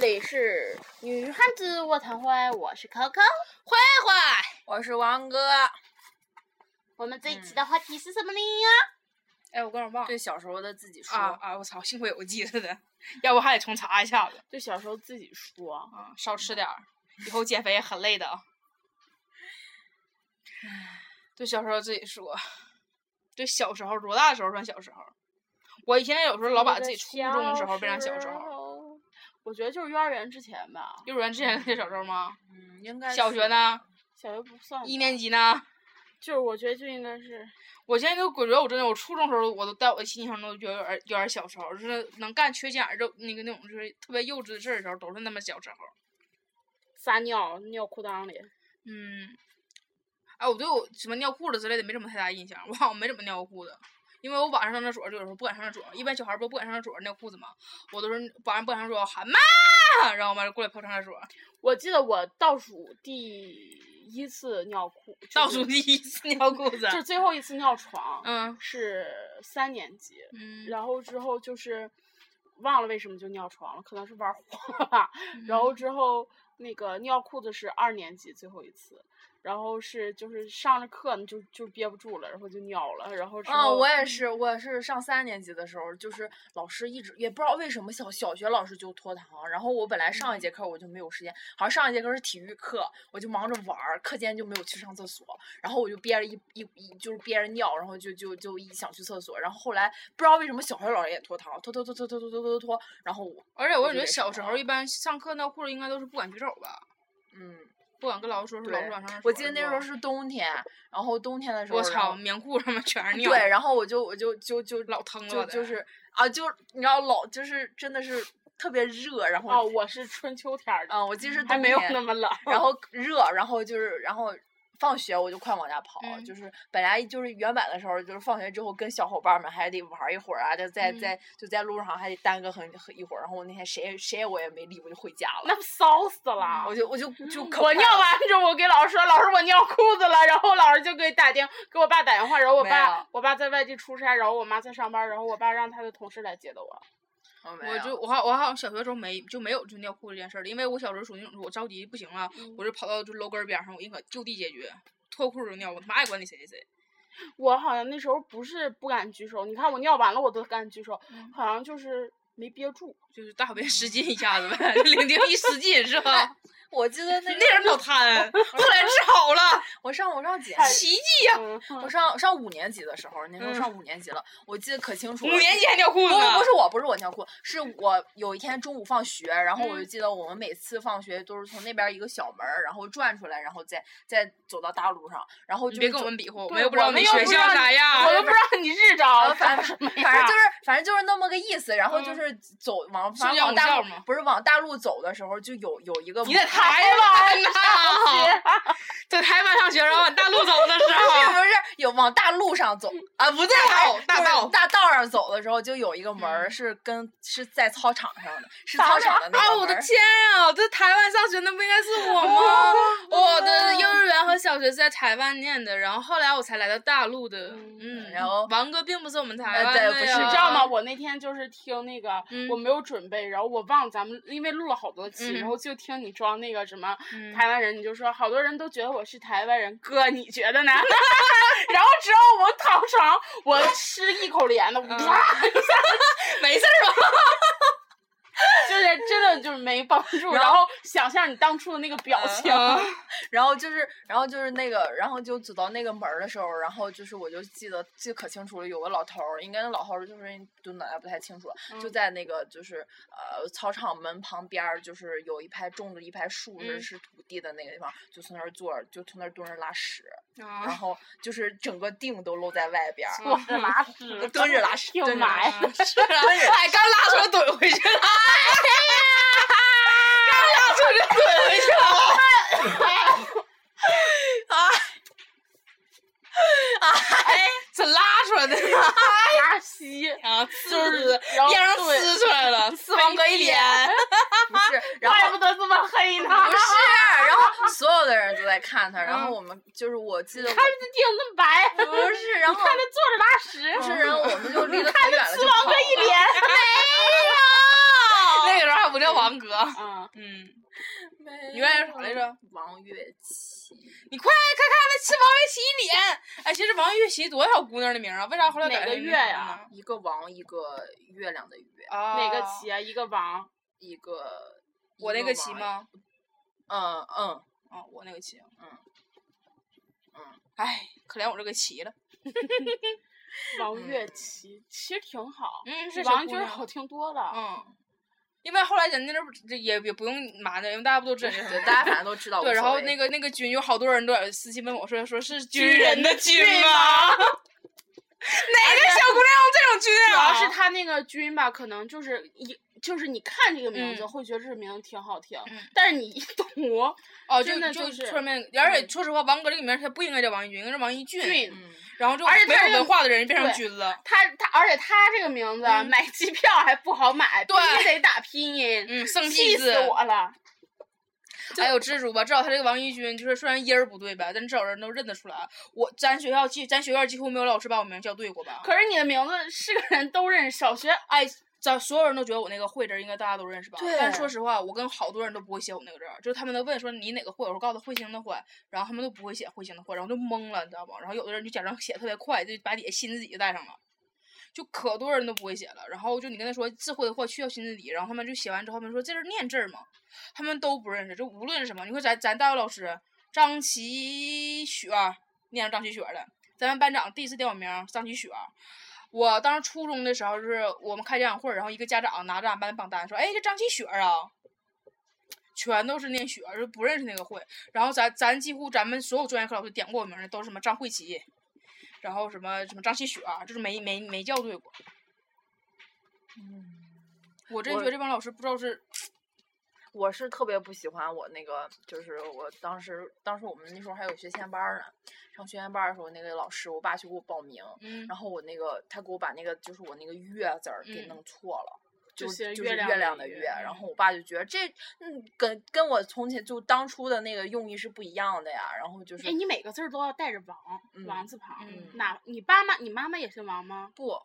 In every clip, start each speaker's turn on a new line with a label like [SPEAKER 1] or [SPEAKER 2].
[SPEAKER 1] 里是女汉子卧谈会，我是 Coco。
[SPEAKER 2] 坏坏，我是王哥。
[SPEAKER 1] 我们这一期的话题是什么呢？
[SPEAKER 3] 哎，我刚才忘了。
[SPEAKER 2] 对小时候的自己说，
[SPEAKER 3] 啊啊！我操，幸亏有记着的， 要不还得重查一下子。
[SPEAKER 1] 就小时候自己说，
[SPEAKER 3] 啊，少吃点儿，以后减肥也很累的啊。对小时候自己说，对小时候多大的时候算小时候？我以前有时候老把自己初中的时候变成小时候，
[SPEAKER 1] 候。我觉得就是幼儿园之前吧，
[SPEAKER 3] 幼儿园之前那小时候吗？
[SPEAKER 2] 嗯，应该
[SPEAKER 3] 小学？呢？
[SPEAKER 1] 小学不算吧。
[SPEAKER 3] 一年级呢？
[SPEAKER 1] 就是我觉得就应该是
[SPEAKER 3] 我现在都感觉我真的，我初中时候我都在我的心情上都觉得有点有点小时候，就是能干缺心眼儿就那个那种就是特别幼稚的事儿的时候，都是那么小时候。
[SPEAKER 1] 撒尿尿裤裆里。
[SPEAKER 3] 嗯，哎，我对我什么尿裤子之类的没什么太大印象，我好像没怎么尿过裤子，因为我晚上上厕所就有时候不敢上厕所，一般小孩儿不不敢上厕所尿裤子嘛，我都是晚上不敢上厕所喊妈，然后我妈就过来陪我上厕所，
[SPEAKER 1] 我记得我倒数第一次尿裤，就是
[SPEAKER 3] 倒数第一次尿裤子，
[SPEAKER 1] 就最后一次尿床，
[SPEAKER 3] 嗯
[SPEAKER 1] 是三年级。
[SPEAKER 3] 嗯，
[SPEAKER 1] 然后之后就是忘了为什么就尿床了，可能是玩儿火了吧。
[SPEAKER 2] 嗯
[SPEAKER 1] 然后之后那个尿裤子是二年级最后一次，然后是就是上着课呢就就憋不住了，然后就尿了，然后之
[SPEAKER 2] 嗯，
[SPEAKER 1] 后、
[SPEAKER 2] 我也是，我是上三年级的时候，就是老师一直也不知道为什么小小学老师就拖堂，然后我本来上一节课我就没有时间，好像上一节课是体育课，我就忙着玩儿，课间就没有去上厕所，然后我就憋着一一一就是憋着尿，然后就就就一想去厕所，然后后来不知道为什么小学老师也拖堂，拖拖拖拖拖拖拖拖拖，然后我呃
[SPEAKER 3] 而且我
[SPEAKER 2] 我
[SPEAKER 3] 感
[SPEAKER 2] 就
[SPEAKER 3] 觉
[SPEAKER 2] 没
[SPEAKER 3] 小
[SPEAKER 2] 上
[SPEAKER 3] 时
[SPEAKER 2] 过
[SPEAKER 3] 候一般上课尿裤子应该都是不敢举手吧，
[SPEAKER 2] 嗯。
[SPEAKER 3] 不敢跟老师说是老师
[SPEAKER 2] 对
[SPEAKER 3] 晚上上厕所
[SPEAKER 2] 我记得那
[SPEAKER 3] 是
[SPEAKER 2] 时候
[SPEAKER 3] 吧
[SPEAKER 2] 是冬天，然后冬天的时候，
[SPEAKER 3] 我
[SPEAKER 2] 然
[SPEAKER 3] 操，
[SPEAKER 2] 后呃
[SPEAKER 3] 棉裤上面全是尿，
[SPEAKER 2] 对，然后我就我就就就
[SPEAKER 3] 老疼了
[SPEAKER 2] 就
[SPEAKER 3] 得
[SPEAKER 2] 就是啊，就你知道老就是真的是特别热，然后
[SPEAKER 1] 哦，我是春秋天儿的，
[SPEAKER 2] 嗯，我记得是
[SPEAKER 1] 还
[SPEAKER 2] 冬
[SPEAKER 1] 没有
[SPEAKER 2] 天
[SPEAKER 1] 那么冷。
[SPEAKER 3] 哦
[SPEAKER 2] 然后热，然后就是然后。放学我就快往家跑，
[SPEAKER 3] 嗯
[SPEAKER 2] 就是本来就是原版的时候，就是放学之后跟小伙伴们还得玩一会儿啊，就在
[SPEAKER 3] 嗯
[SPEAKER 2] 在就在路上还得耽搁很很一会儿。然后我那天谁也谁也我也没理，我就回家了
[SPEAKER 1] 那。不骚死了！
[SPEAKER 2] 我就 我就就
[SPEAKER 1] 我
[SPEAKER 2] 可快
[SPEAKER 1] 尿完之后，我给老师说，老师我尿裤子了，然后老师就给打电给我爸打电话，然后我
[SPEAKER 2] 没
[SPEAKER 1] 爸
[SPEAKER 2] 有
[SPEAKER 1] 我爸在外地出差，然后我妈在上班，然后我爸让他的同事来接的我。
[SPEAKER 2] 我没
[SPEAKER 3] 我
[SPEAKER 2] 有
[SPEAKER 3] 就我好我好像小学时候没就没有就尿裤子这件事儿的，因为我小时候属于那种我着急不行了，我
[SPEAKER 2] 嗯
[SPEAKER 3] 就跑到就楼根儿边上，我宁可就地解决，脱裤子就尿，我他妈爱管你谁谁谁。
[SPEAKER 1] 我好像那时候不是不敢举手，你看我尿完了我都敢举手，
[SPEAKER 3] 嗯
[SPEAKER 1] 好像就是没憋住。
[SPEAKER 3] 就是大小便使劲一下子呗，领丁一使劲是吧？
[SPEAKER 2] 我记哎 得那个
[SPEAKER 3] 那人脑瘫，后来治好了，
[SPEAKER 2] 我上我上姐
[SPEAKER 1] 太
[SPEAKER 3] 奇迹呀！
[SPEAKER 1] 嗯
[SPEAKER 2] 我上上五年级的时候，那时候
[SPEAKER 3] 嗯
[SPEAKER 2] 上五年级了，我记得可清楚
[SPEAKER 3] 五
[SPEAKER 2] 了。
[SPEAKER 3] 年级还尿裤
[SPEAKER 2] 不
[SPEAKER 3] 子
[SPEAKER 2] 不
[SPEAKER 3] 呢
[SPEAKER 2] 不是我，不是我尿裤，是我有一天中午放学，然后
[SPEAKER 3] 嗯
[SPEAKER 2] 我就记得我们每次放学都是从那边一个小门儿，然后转出来，然后再再走到大路上，然后就
[SPEAKER 3] 你
[SPEAKER 2] 是
[SPEAKER 3] 别跟我
[SPEAKER 2] 走
[SPEAKER 3] 们比划，我
[SPEAKER 1] 对
[SPEAKER 3] 们又不知
[SPEAKER 1] 我
[SPEAKER 3] 道你
[SPEAKER 1] 们又
[SPEAKER 3] 学
[SPEAKER 1] 不
[SPEAKER 3] 校
[SPEAKER 1] 让
[SPEAKER 3] 啥样
[SPEAKER 1] 我。都不知道你日照
[SPEAKER 2] 呃反
[SPEAKER 1] 长什么
[SPEAKER 2] 反正
[SPEAKER 1] 样
[SPEAKER 2] 就是，反正就是那么个意思。然后就
[SPEAKER 3] 嗯
[SPEAKER 2] 是走往，
[SPEAKER 3] 是
[SPEAKER 2] 反正
[SPEAKER 3] 叫
[SPEAKER 2] 往
[SPEAKER 3] 母
[SPEAKER 2] 大
[SPEAKER 3] 校
[SPEAKER 2] 路
[SPEAKER 3] 吗
[SPEAKER 2] 不是往大路走的时候，就有有一个
[SPEAKER 3] 你在台湾呐，在台湾上学，然后往大路走的 时
[SPEAKER 2] 不是
[SPEAKER 3] 候，
[SPEAKER 2] 不是有往大路上走啊？不对，
[SPEAKER 3] 大道啊嗯大
[SPEAKER 2] 大
[SPEAKER 3] 道
[SPEAKER 2] 大道上走的时候，就有一个门儿
[SPEAKER 3] 嗯
[SPEAKER 2] 是跟是在操场上的，是
[SPEAKER 1] 操
[SPEAKER 2] 操场的那
[SPEAKER 3] 啊，
[SPEAKER 2] 个
[SPEAKER 3] 我
[SPEAKER 2] 门
[SPEAKER 3] 的
[SPEAKER 2] 儿。
[SPEAKER 3] 天啊！这台湾上学那不应该是我 吗？我的幼儿园和小学是在台湾念的，然后后来我才来到大陆的。
[SPEAKER 1] 嗯
[SPEAKER 3] 嗯，
[SPEAKER 2] 然后
[SPEAKER 3] 王哥并不是我们台
[SPEAKER 2] 呃
[SPEAKER 3] 湾
[SPEAKER 2] 对
[SPEAKER 3] 的
[SPEAKER 2] 不是
[SPEAKER 3] 呀
[SPEAKER 1] 你知道吗？？我那天就是听那个，
[SPEAKER 3] 嗯
[SPEAKER 1] 我没有准备，然后我忘了咱们，因为录了好多期，
[SPEAKER 3] 嗯
[SPEAKER 1] 然后就听你装那个什么
[SPEAKER 3] 嗯
[SPEAKER 1] 台湾人，你就说好多人都觉得我是台湾人，哥你觉得呢？ 然后之后我躺床，我吃一口莲的，
[SPEAKER 2] 嗯
[SPEAKER 1] 哇，
[SPEAKER 3] 没事儿吧？
[SPEAKER 1] 就是真的就是没帮助。
[SPEAKER 2] 然嗯
[SPEAKER 1] 然后想象你当初的那个表情，
[SPEAKER 3] 啊
[SPEAKER 2] 然后就是，然后就是那个，然后就走到那个门儿的时候，然后就是我就记得记得可清楚了，有个老头儿，应该那老头儿就是就脑袋不太清楚了，就
[SPEAKER 1] 嗯
[SPEAKER 2] 在那个就是呃操场门旁边儿，就是有一排种着一排树，是
[SPEAKER 3] 嗯
[SPEAKER 2] 是土地的那个地方，就从那儿坐着，就从那儿蹲着拉屎，然
[SPEAKER 3] 啊，
[SPEAKER 2] 后就是整个腚都露在外边儿，
[SPEAKER 1] 坐着拉屎，
[SPEAKER 2] 蹲着拉屎
[SPEAKER 1] 挺
[SPEAKER 2] 蹲着拉
[SPEAKER 1] 埋。
[SPEAKER 3] 是啊，哎，刚拉出来怼回去了，刚拉出来怼回去了。
[SPEAKER 2] 哎啊，
[SPEAKER 3] 哎，这拉出来 的呀？
[SPEAKER 1] 拉稀，
[SPEAKER 3] 啊，
[SPEAKER 1] 就是
[SPEAKER 3] 呲，
[SPEAKER 1] 然后
[SPEAKER 3] 让人
[SPEAKER 1] 对
[SPEAKER 3] 呲出来 了，哎呲王哥一脸。
[SPEAKER 2] 不是，然后
[SPEAKER 1] 怪不得这么黑呢。
[SPEAKER 2] 不是，然后所有的人都在看
[SPEAKER 3] 嗯
[SPEAKER 2] 他，然后我们就是我记得我
[SPEAKER 1] 看着这腚那么白，
[SPEAKER 2] 不是，然
[SPEAKER 1] 你
[SPEAKER 2] 后
[SPEAKER 1] 看他坐着拉屎，
[SPEAKER 2] 不是，然后我们就离得可远了，就
[SPEAKER 1] 王
[SPEAKER 2] 跑
[SPEAKER 1] 哥
[SPEAKER 2] 了
[SPEAKER 1] 一脸。
[SPEAKER 3] 没有
[SPEAKER 2] 那
[SPEAKER 3] 那个时候还不叫王哥，
[SPEAKER 1] 嗯，
[SPEAKER 3] 嗯，
[SPEAKER 2] 你
[SPEAKER 3] 你愿意啥来着？
[SPEAKER 2] 王月琪，
[SPEAKER 3] 你快看看那是王月琪脸，哎，其实王月琪多少姑娘的名儿啊？为啥后来
[SPEAKER 1] 哪
[SPEAKER 3] 改
[SPEAKER 1] 个
[SPEAKER 3] 了那
[SPEAKER 1] 月
[SPEAKER 3] 啥呢
[SPEAKER 1] 呀？
[SPEAKER 2] 一个王，一个月亮的月，
[SPEAKER 3] 啊，
[SPEAKER 1] 哪个琪？啊？一个王，
[SPEAKER 2] 一个
[SPEAKER 3] 我那
[SPEAKER 2] 个
[SPEAKER 3] 个琪
[SPEAKER 2] 王？
[SPEAKER 3] 吗？
[SPEAKER 2] 嗯嗯，
[SPEAKER 3] 啊，我那个琪，
[SPEAKER 2] 嗯，嗯，
[SPEAKER 3] 哎，可怜我这个琪了，
[SPEAKER 1] 王月琪，其实挺好，
[SPEAKER 3] 嗯，
[SPEAKER 1] 比
[SPEAKER 3] 是小
[SPEAKER 1] 王
[SPEAKER 3] 姑
[SPEAKER 1] 军儿
[SPEAKER 3] 娘
[SPEAKER 1] 好听多了。
[SPEAKER 3] 嗯，因为后来人家那不这也也不用麻的，因为大家不都 知道这事
[SPEAKER 2] 对，
[SPEAKER 3] 儿
[SPEAKER 2] 大家
[SPEAKER 3] 吗
[SPEAKER 2] 反正都知道。
[SPEAKER 3] 对，然后那
[SPEAKER 2] 个
[SPEAKER 3] 个那个军有好多人都在私信问我说，说是军
[SPEAKER 1] 军
[SPEAKER 3] 人
[SPEAKER 1] 人
[SPEAKER 3] 的
[SPEAKER 1] 的
[SPEAKER 3] 军
[SPEAKER 1] 军
[SPEAKER 3] 吗？哪个小姑娘用哎这种军
[SPEAKER 1] 主要
[SPEAKER 3] 啊？
[SPEAKER 1] 是他那个军吧，可能就是一就是你看这个名字
[SPEAKER 3] 嗯
[SPEAKER 1] 会觉得这名字挺好听
[SPEAKER 3] 嗯，
[SPEAKER 1] 但是你一 读
[SPEAKER 3] 哦，就
[SPEAKER 1] 真的
[SPEAKER 3] 就
[SPEAKER 1] 就是
[SPEAKER 3] 侧面，而且
[SPEAKER 1] 嗯
[SPEAKER 3] 说实话，王哥这个名儿他不应该叫王一军，应该叫王一俊。
[SPEAKER 1] 俊，
[SPEAKER 2] 嗯，
[SPEAKER 3] 然后就
[SPEAKER 1] 而且
[SPEAKER 3] 没
[SPEAKER 1] 他
[SPEAKER 3] 有
[SPEAKER 1] 这
[SPEAKER 3] 文
[SPEAKER 1] 个
[SPEAKER 3] 化的人变成
[SPEAKER 1] 对
[SPEAKER 3] 军了。
[SPEAKER 1] 他他，而且他这个名字
[SPEAKER 3] 嗯
[SPEAKER 1] 买机票还不好买，必
[SPEAKER 3] 对
[SPEAKER 1] 须得打拼音，
[SPEAKER 3] 嗯，生
[SPEAKER 1] 气
[SPEAKER 3] 僻
[SPEAKER 1] 死
[SPEAKER 3] 字。
[SPEAKER 1] 我了。
[SPEAKER 3] 还有哎知足吧，至少他这个王一军，就是虽然音儿不对吧，但至少人都认得出来。啊我咱学校几咱学院几乎没有老师把我名儿叫对过吧？
[SPEAKER 1] 可是你的名字是个人都认识，小学
[SPEAKER 3] 哎，咱所有人都觉得我那个会字儿应该大家都认识吧？
[SPEAKER 2] 对
[SPEAKER 3] 但说实话，我跟好多人都不会写我那个字儿，就是他们都问说你哪个会，我说告诉他彗星的会，然后他们都不会写彗星的会，然后就懵了，你知道吗？然后有的人就假装写特别快，就把底下心字底就带上了。就可多人都不会写了，然后就你跟他说智慧的慧去掉心字底，然后他们就写完之后，他们说这是念字儿吗？他们都不认识，就无论是什么，你说咱咱大学老师张琪雪儿，念张琪雪儿的，咱们班长第一次点我名儿张琪雪儿。我当时初中的时候是我们开家长会儿，然后一个家长拿着俺班的榜单说：“哎，这张琪雪儿啊，全都是念雪儿，就不认识那个会。”然后咱咱几乎咱们所有专业课老师点过我名儿的都是什么张慧琪，然后什么什么张琪雪儿，啊就是没没没叫对过。我真
[SPEAKER 2] 我
[SPEAKER 3] 觉得这帮老师不知道是
[SPEAKER 2] 我是特别不喜欢我那个，就是我当时当时我们那时候还有学前班儿呢，上学前班儿的时候，那个老师我爸去给我报名，
[SPEAKER 3] 嗯
[SPEAKER 2] 然后我那个他给我把那个就是我那个月字儿给
[SPEAKER 3] 嗯
[SPEAKER 2] 弄错了。
[SPEAKER 1] 就
[SPEAKER 2] 就
[SPEAKER 1] 写
[SPEAKER 2] 就
[SPEAKER 1] 月
[SPEAKER 2] 是
[SPEAKER 1] 亮的
[SPEAKER 2] 亮的
[SPEAKER 1] 月
[SPEAKER 2] 月，然后我爸就觉得这，嗯，跟跟我从前就当初的那个用意是不一样的呀。然后就是
[SPEAKER 1] 哎，你每个字儿都要带着王，
[SPEAKER 2] 嗯
[SPEAKER 1] 王字旁。
[SPEAKER 3] 嗯
[SPEAKER 1] 哪？你爸妈，你妈妈也姓王吗？
[SPEAKER 2] 不，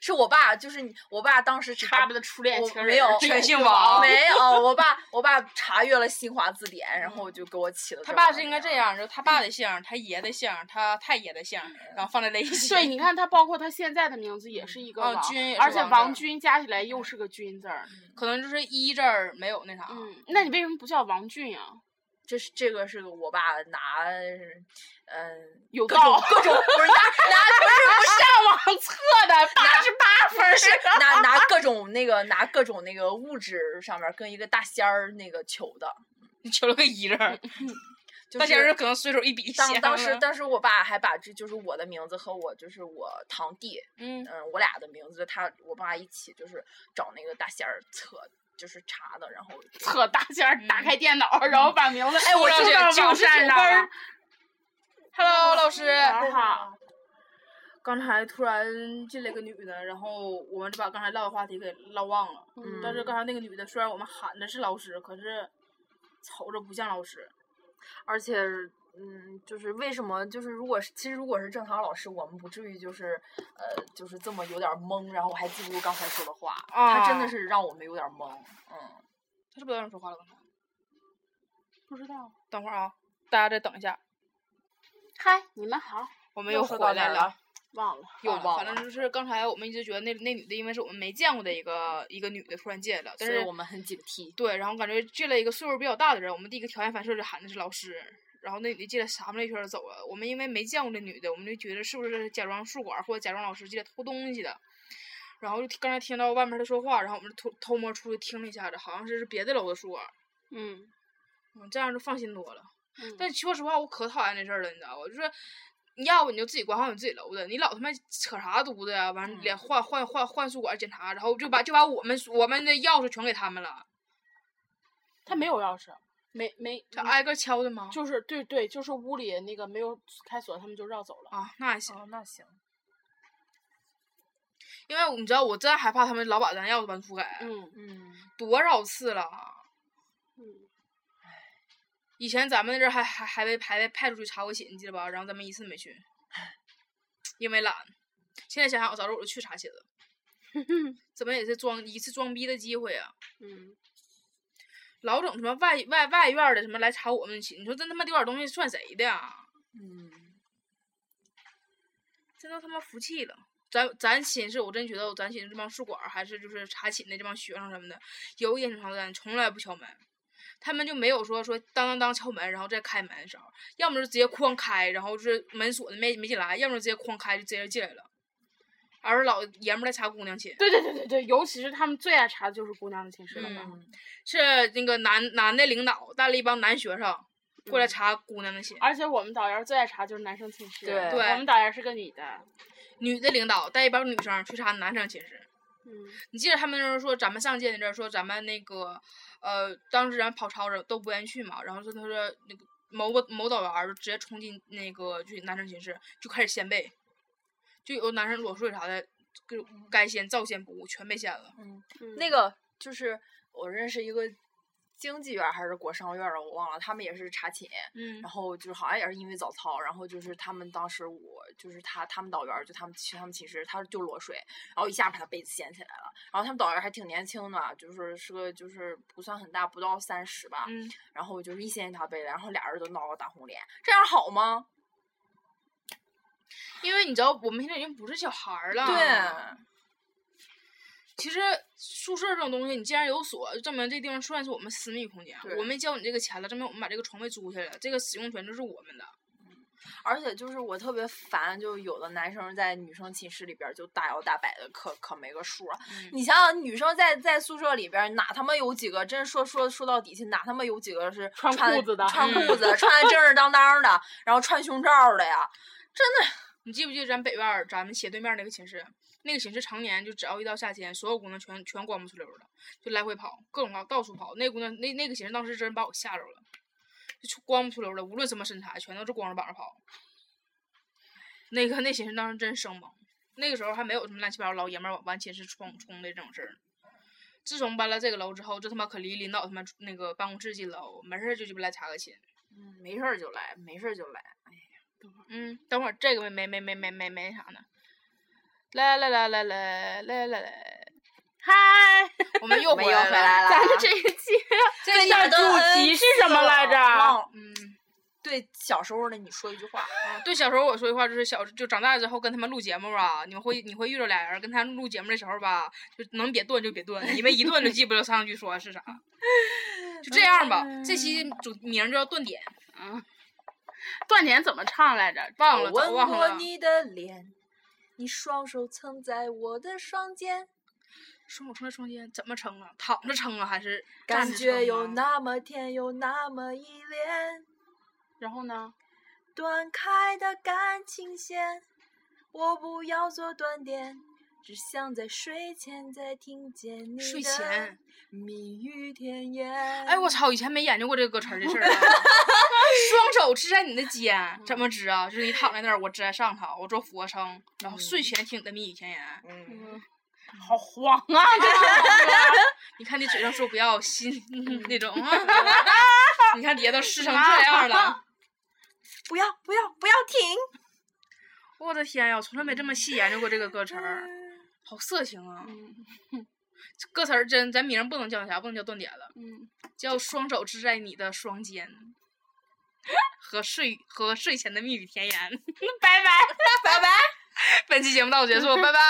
[SPEAKER 2] 是我爸，就是你我爸当时只
[SPEAKER 1] 爸爸的初恋
[SPEAKER 2] 我
[SPEAKER 1] 情人
[SPEAKER 2] 没有
[SPEAKER 1] 这
[SPEAKER 3] 全
[SPEAKER 1] 个
[SPEAKER 3] 姓
[SPEAKER 1] 王
[SPEAKER 3] 王
[SPEAKER 2] 没有，我爸我爸查阅了新华字典，然后我就给我起了。
[SPEAKER 3] 他爸是应该这，
[SPEAKER 2] 啊
[SPEAKER 3] 样，就是他爸的姓儿，他爷的姓儿，他太爷的姓儿，然后放在了一 起。
[SPEAKER 1] 对，你看他，包括他现在的名字也是一个
[SPEAKER 3] 哦
[SPEAKER 1] 王，
[SPEAKER 3] 军也是
[SPEAKER 1] 而且
[SPEAKER 3] 王字
[SPEAKER 1] 王
[SPEAKER 3] 儿嗯
[SPEAKER 1] 军加起来又是个军字儿。
[SPEAKER 3] 可能就是一这儿没有那啥。
[SPEAKER 1] 嗯，那你为什么不叫王俊啊呀、
[SPEAKER 2] 这是这个是我爸拿，嗯，
[SPEAKER 1] 有
[SPEAKER 2] 各
[SPEAKER 1] 道
[SPEAKER 2] 种各种不是拿
[SPEAKER 1] 上 网测的八十八分儿是
[SPEAKER 2] 拿拿拿各种那个拿各种那个物质上面跟一个大仙儿那个求的，
[SPEAKER 3] 你求了个一字儿，
[SPEAKER 2] 就
[SPEAKER 3] 大家
[SPEAKER 2] 是
[SPEAKER 3] 人可能随手一啊笔
[SPEAKER 2] 当
[SPEAKER 3] 写
[SPEAKER 2] 当
[SPEAKER 3] 上
[SPEAKER 2] 时
[SPEAKER 3] 了，
[SPEAKER 2] 当时我爸还把这就是我的名字和我就是我堂弟，
[SPEAKER 3] 嗯，
[SPEAKER 2] 嗯，我俩的名字他我爸一起就是找那个大仙儿测就是查的，然后
[SPEAKER 1] 测大仙儿，打开电脑，然后把名字
[SPEAKER 3] 哎我
[SPEAKER 1] 输
[SPEAKER 3] 就
[SPEAKER 1] 到
[SPEAKER 3] 是
[SPEAKER 1] 网
[SPEAKER 3] 99
[SPEAKER 1] 站上
[SPEAKER 3] 分
[SPEAKER 1] 了
[SPEAKER 3] 儿。Hello，老师。
[SPEAKER 1] 晚上啊好。
[SPEAKER 3] 刚才突然进来个女的，然后我们就把刚才唠的话题给唠忘了。
[SPEAKER 1] 嗯
[SPEAKER 3] 但是刚才那个女的，虽然我们喊的是老师，可是瞅着不像老师。
[SPEAKER 2] 而且，嗯，就是为什么，就是如果是其实如果是正常老师，我们不至于就是，呃，就是这么有点儿懵，然后我还记不住刚才说的话，他真
[SPEAKER 3] 啊
[SPEAKER 2] 的是让我们有点儿懵，嗯，
[SPEAKER 3] 他是不是有人说话了？刚才，
[SPEAKER 1] 不知道。
[SPEAKER 3] 等会儿啊，大家再等一下，
[SPEAKER 1] 嗨，你们好，
[SPEAKER 3] 我们
[SPEAKER 2] 又说到
[SPEAKER 3] 回
[SPEAKER 2] 哪
[SPEAKER 3] 来
[SPEAKER 2] 儿
[SPEAKER 3] 了
[SPEAKER 2] 了。
[SPEAKER 1] 忘了。
[SPEAKER 2] 又
[SPEAKER 3] 啊
[SPEAKER 2] 忘
[SPEAKER 3] 反
[SPEAKER 2] 了
[SPEAKER 3] 正就是刚才我们一直觉得那那女的，因为是我们没见过的一个一个女的，突然进来了，但
[SPEAKER 2] 所
[SPEAKER 3] 是
[SPEAKER 2] 以我们很警惕，
[SPEAKER 3] 对，然后感觉进来一个岁数比较大的人，我们第一个条件反射就喊的是老师，然后那女的进来啥么一圈就走了。我们因为没见过这女的，我们就觉得是不是假装宿管或者假装老师进来偷东西的。然后就听刚才听到外面她说话，然后我们就偷偷摸出去听了一下子，好像是别的楼的宿管，
[SPEAKER 1] 嗯。
[SPEAKER 3] 嗯，这样就放心多了。
[SPEAKER 1] 嗯
[SPEAKER 3] 但说实话，我可讨厌这事儿了，你知道吧？就是，你要不你就自己管好你自己楼的，你老他妈扯啥犊子呀？完了
[SPEAKER 2] 嗯
[SPEAKER 3] 连换换换换宿管检查，然后就把就把我们我们的钥匙全给他们了，
[SPEAKER 1] 他没有钥匙，没没，嗯
[SPEAKER 3] 这挨个敲的吗？
[SPEAKER 1] 就是对对，就是屋里那个没有开锁，他们就绕走了。
[SPEAKER 3] 啊，那还行，
[SPEAKER 2] 哦，那行，
[SPEAKER 3] 因为你知道我真害怕他们老把咱钥匙搬出来，
[SPEAKER 1] 嗯
[SPEAKER 2] 嗯，
[SPEAKER 3] 多少次了。啊
[SPEAKER 1] 嗯，
[SPEAKER 3] 以前咱们那阵儿还还还被还被派出去查过寝，你记得吧？然后咱 们一次没去，因为懒。现在想想，我早知道我就去查寝了。怎么也是装一次装逼的机会啊！
[SPEAKER 1] 嗯，
[SPEAKER 3] 老整什么外外外院儿的什么来查我们寝，你说真他妈丢点东西算谁的呀？
[SPEAKER 2] 嗯，
[SPEAKER 3] 真都他妈服气了。咱咱寝室，我真觉得咱寝室这帮宿管儿还是就是查寝的这帮学生什么的，有一点正常单，从来不敲门。他们就没有说说当当当敲门，然后再开门的时候，要么就直接哐开，然后就是门锁的没没进来，要么就直接哐开就直接进来了。而是老爷们儿来查姑娘寝，
[SPEAKER 1] 对对对对对，尤其是他们最爱查的就是姑娘的寝室了吧？
[SPEAKER 2] 嗯
[SPEAKER 3] 是那个男男的领导带了一帮男学生过来查姑娘的寝，
[SPEAKER 1] 而且我们导员最爱查就是男生寝室，
[SPEAKER 2] 对
[SPEAKER 3] 对
[SPEAKER 1] 我们导员是个女的，
[SPEAKER 3] 女的领导带一帮女生去查男生寝室。
[SPEAKER 1] 嗯，
[SPEAKER 3] 你记得他们那时候说，咱们上届那阵儿说咱们那个，呃，当时咱跑操着都不愿意去嘛，然后说他说那个某个某导员儿就直接冲进那个去男生寝室就开始掀被，就有男生裸睡啥的，就该掀照掀不误，全被掀了。
[SPEAKER 2] 那个就是我认识一个经济院儿还是国商院儿的，我忘了，他们也是查寝，
[SPEAKER 3] 嗯
[SPEAKER 2] 然后就是好像也是因为早操，然后就是他们当时我就是他他们导员儿就他们去他们寝室，他就裸睡，然后一下把他被子掀起来了。然后他们导员儿还挺年轻的，就是是个就是不算很大，不到三十吧。
[SPEAKER 3] 嗯，
[SPEAKER 2] 然后就是一掀起他被子，然后俩人都闹个大红脸，这样好吗？
[SPEAKER 3] 因为你知道我们现在已经不是小孩儿了。
[SPEAKER 2] 对，
[SPEAKER 3] 其实宿舍这种东西，你既然有锁，就证明这地方算是我们私密空间。
[SPEAKER 2] 对
[SPEAKER 3] 我们交你这个钱了，证明我们把这个床位租下来了，这个使用权就是我们的。
[SPEAKER 2] 而且就是我特别烦，就有的男生在女生寝室里边儿就大摇大摆的，可可没个数儿。
[SPEAKER 3] 嗯
[SPEAKER 2] 你想想，女生在在宿舍里边儿，哪他妈有几个？真说说说到底去，哪他妈有几个是
[SPEAKER 1] 穿裤子的
[SPEAKER 2] 穿裤子的、穿的正正当当的，然后穿胸罩的呀？
[SPEAKER 3] 你记不记得咱北院儿咱们斜对面儿那个寝室？那个寝室常年就只要一到夏天，所有姑娘全全光不出溜儿了，就来回跑，各种跑，到处跑。那姑娘那那个寝室当时真把我吓着了，就光不出溜儿了，无论什么身材，全都是光着膀子跑。那个那寝室当时真生猛，那个时候还没有什么乱七八糟老爷们儿往往寝室冲冲的这种事儿。自从搬了这个楼之后，这他妈可离领导他妈那个办公室近了，我没事儿就鸡巴来查个寝。
[SPEAKER 2] 嗯，没事儿就来，没事儿就来。哎
[SPEAKER 3] 嗯，等会儿这个没没没没没没啥呢。来来来来来哎来来来，
[SPEAKER 1] 嗨，
[SPEAKER 3] 我们又
[SPEAKER 2] 没
[SPEAKER 3] 回
[SPEAKER 2] 有
[SPEAKER 3] 来
[SPEAKER 2] 回
[SPEAKER 3] 了。
[SPEAKER 2] 来了
[SPEAKER 1] 咱们
[SPEAKER 2] 啊
[SPEAKER 1] 这一期
[SPEAKER 2] 这
[SPEAKER 1] 下
[SPEAKER 2] 下都
[SPEAKER 1] 主
[SPEAKER 2] N
[SPEAKER 1] 题是
[SPEAKER 2] 次
[SPEAKER 1] 什么
[SPEAKER 2] 了
[SPEAKER 1] 来着
[SPEAKER 2] 忘了
[SPEAKER 3] 嗯，
[SPEAKER 2] 对小时候的你说一句话，
[SPEAKER 3] 啊对，小时候我说一话就是小就长大之后跟他们录节目啊，你们会你会遇着俩人跟他录节目的时候吧，就能别顿就别顿，因为一顿就记不了上句说是啥。就这样吧，
[SPEAKER 1] 嗯
[SPEAKER 3] 这期主名儿叫顿点，
[SPEAKER 1] 断点怎么唱来着？
[SPEAKER 3] 忘了
[SPEAKER 2] 吻
[SPEAKER 3] 早忘
[SPEAKER 2] 过
[SPEAKER 3] 了。
[SPEAKER 2] 你的脸，你双手曾在我的双肩，
[SPEAKER 3] 双手撑在双肩怎么撑啊？躺着撑啊还是站
[SPEAKER 2] 感
[SPEAKER 3] 着
[SPEAKER 2] 觉
[SPEAKER 3] 撑
[SPEAKER 2] 有
[SPEAKER 3] 啊
[SPEAKER 2] 那么甜，有那么依恋。
[SPEAKER 1] 然后呢？
[SPEAKER 2] 断开的感情线，我不要做断点，只想在睡前再听见你
[SPEAKER 3] 睡
[SPEAKER 2] 的
[SPEAKER 3] 前
[SPEAKER 2] 蜜语甜言。
[SPEAKER 3] 哎，我操！以前没研究过这个歌词儿的事儿 啊。双手支在你的肩，怎么支啊？就是你躺在那儿，我支在上头，我做俯卧撑，然后睡前听你的蜜语甜言。
[SPEAKER 2] 嗯，
[SPEAKER 1] 嗯，好黄啊！
[SPEAKER 3] 你看你嘴上说不要， 心那种啊。
[SPEAKER 2] 嗯
[SPEAKER 3] 你看别都湿成这样 了，
[SPEAKER 2] 不要不要不要停！
[SPEAKER 3] 我的天呀！我从来没这么细研究过这个歌词 儿，好色情啊！这歌词儿真，咱名儿不能叫那啥，不能叫断点了，
[SPEAKER 1] 嗯，
[SPEAKER 3] 叫双手支在你的双肩，和睡和睡前的蜜语甜言。
[SPEAKER 1] 拜拜。
[SPEAKER 2] 拜拜。
[SPEAKER 3] 本期节目到此结束，拜拜。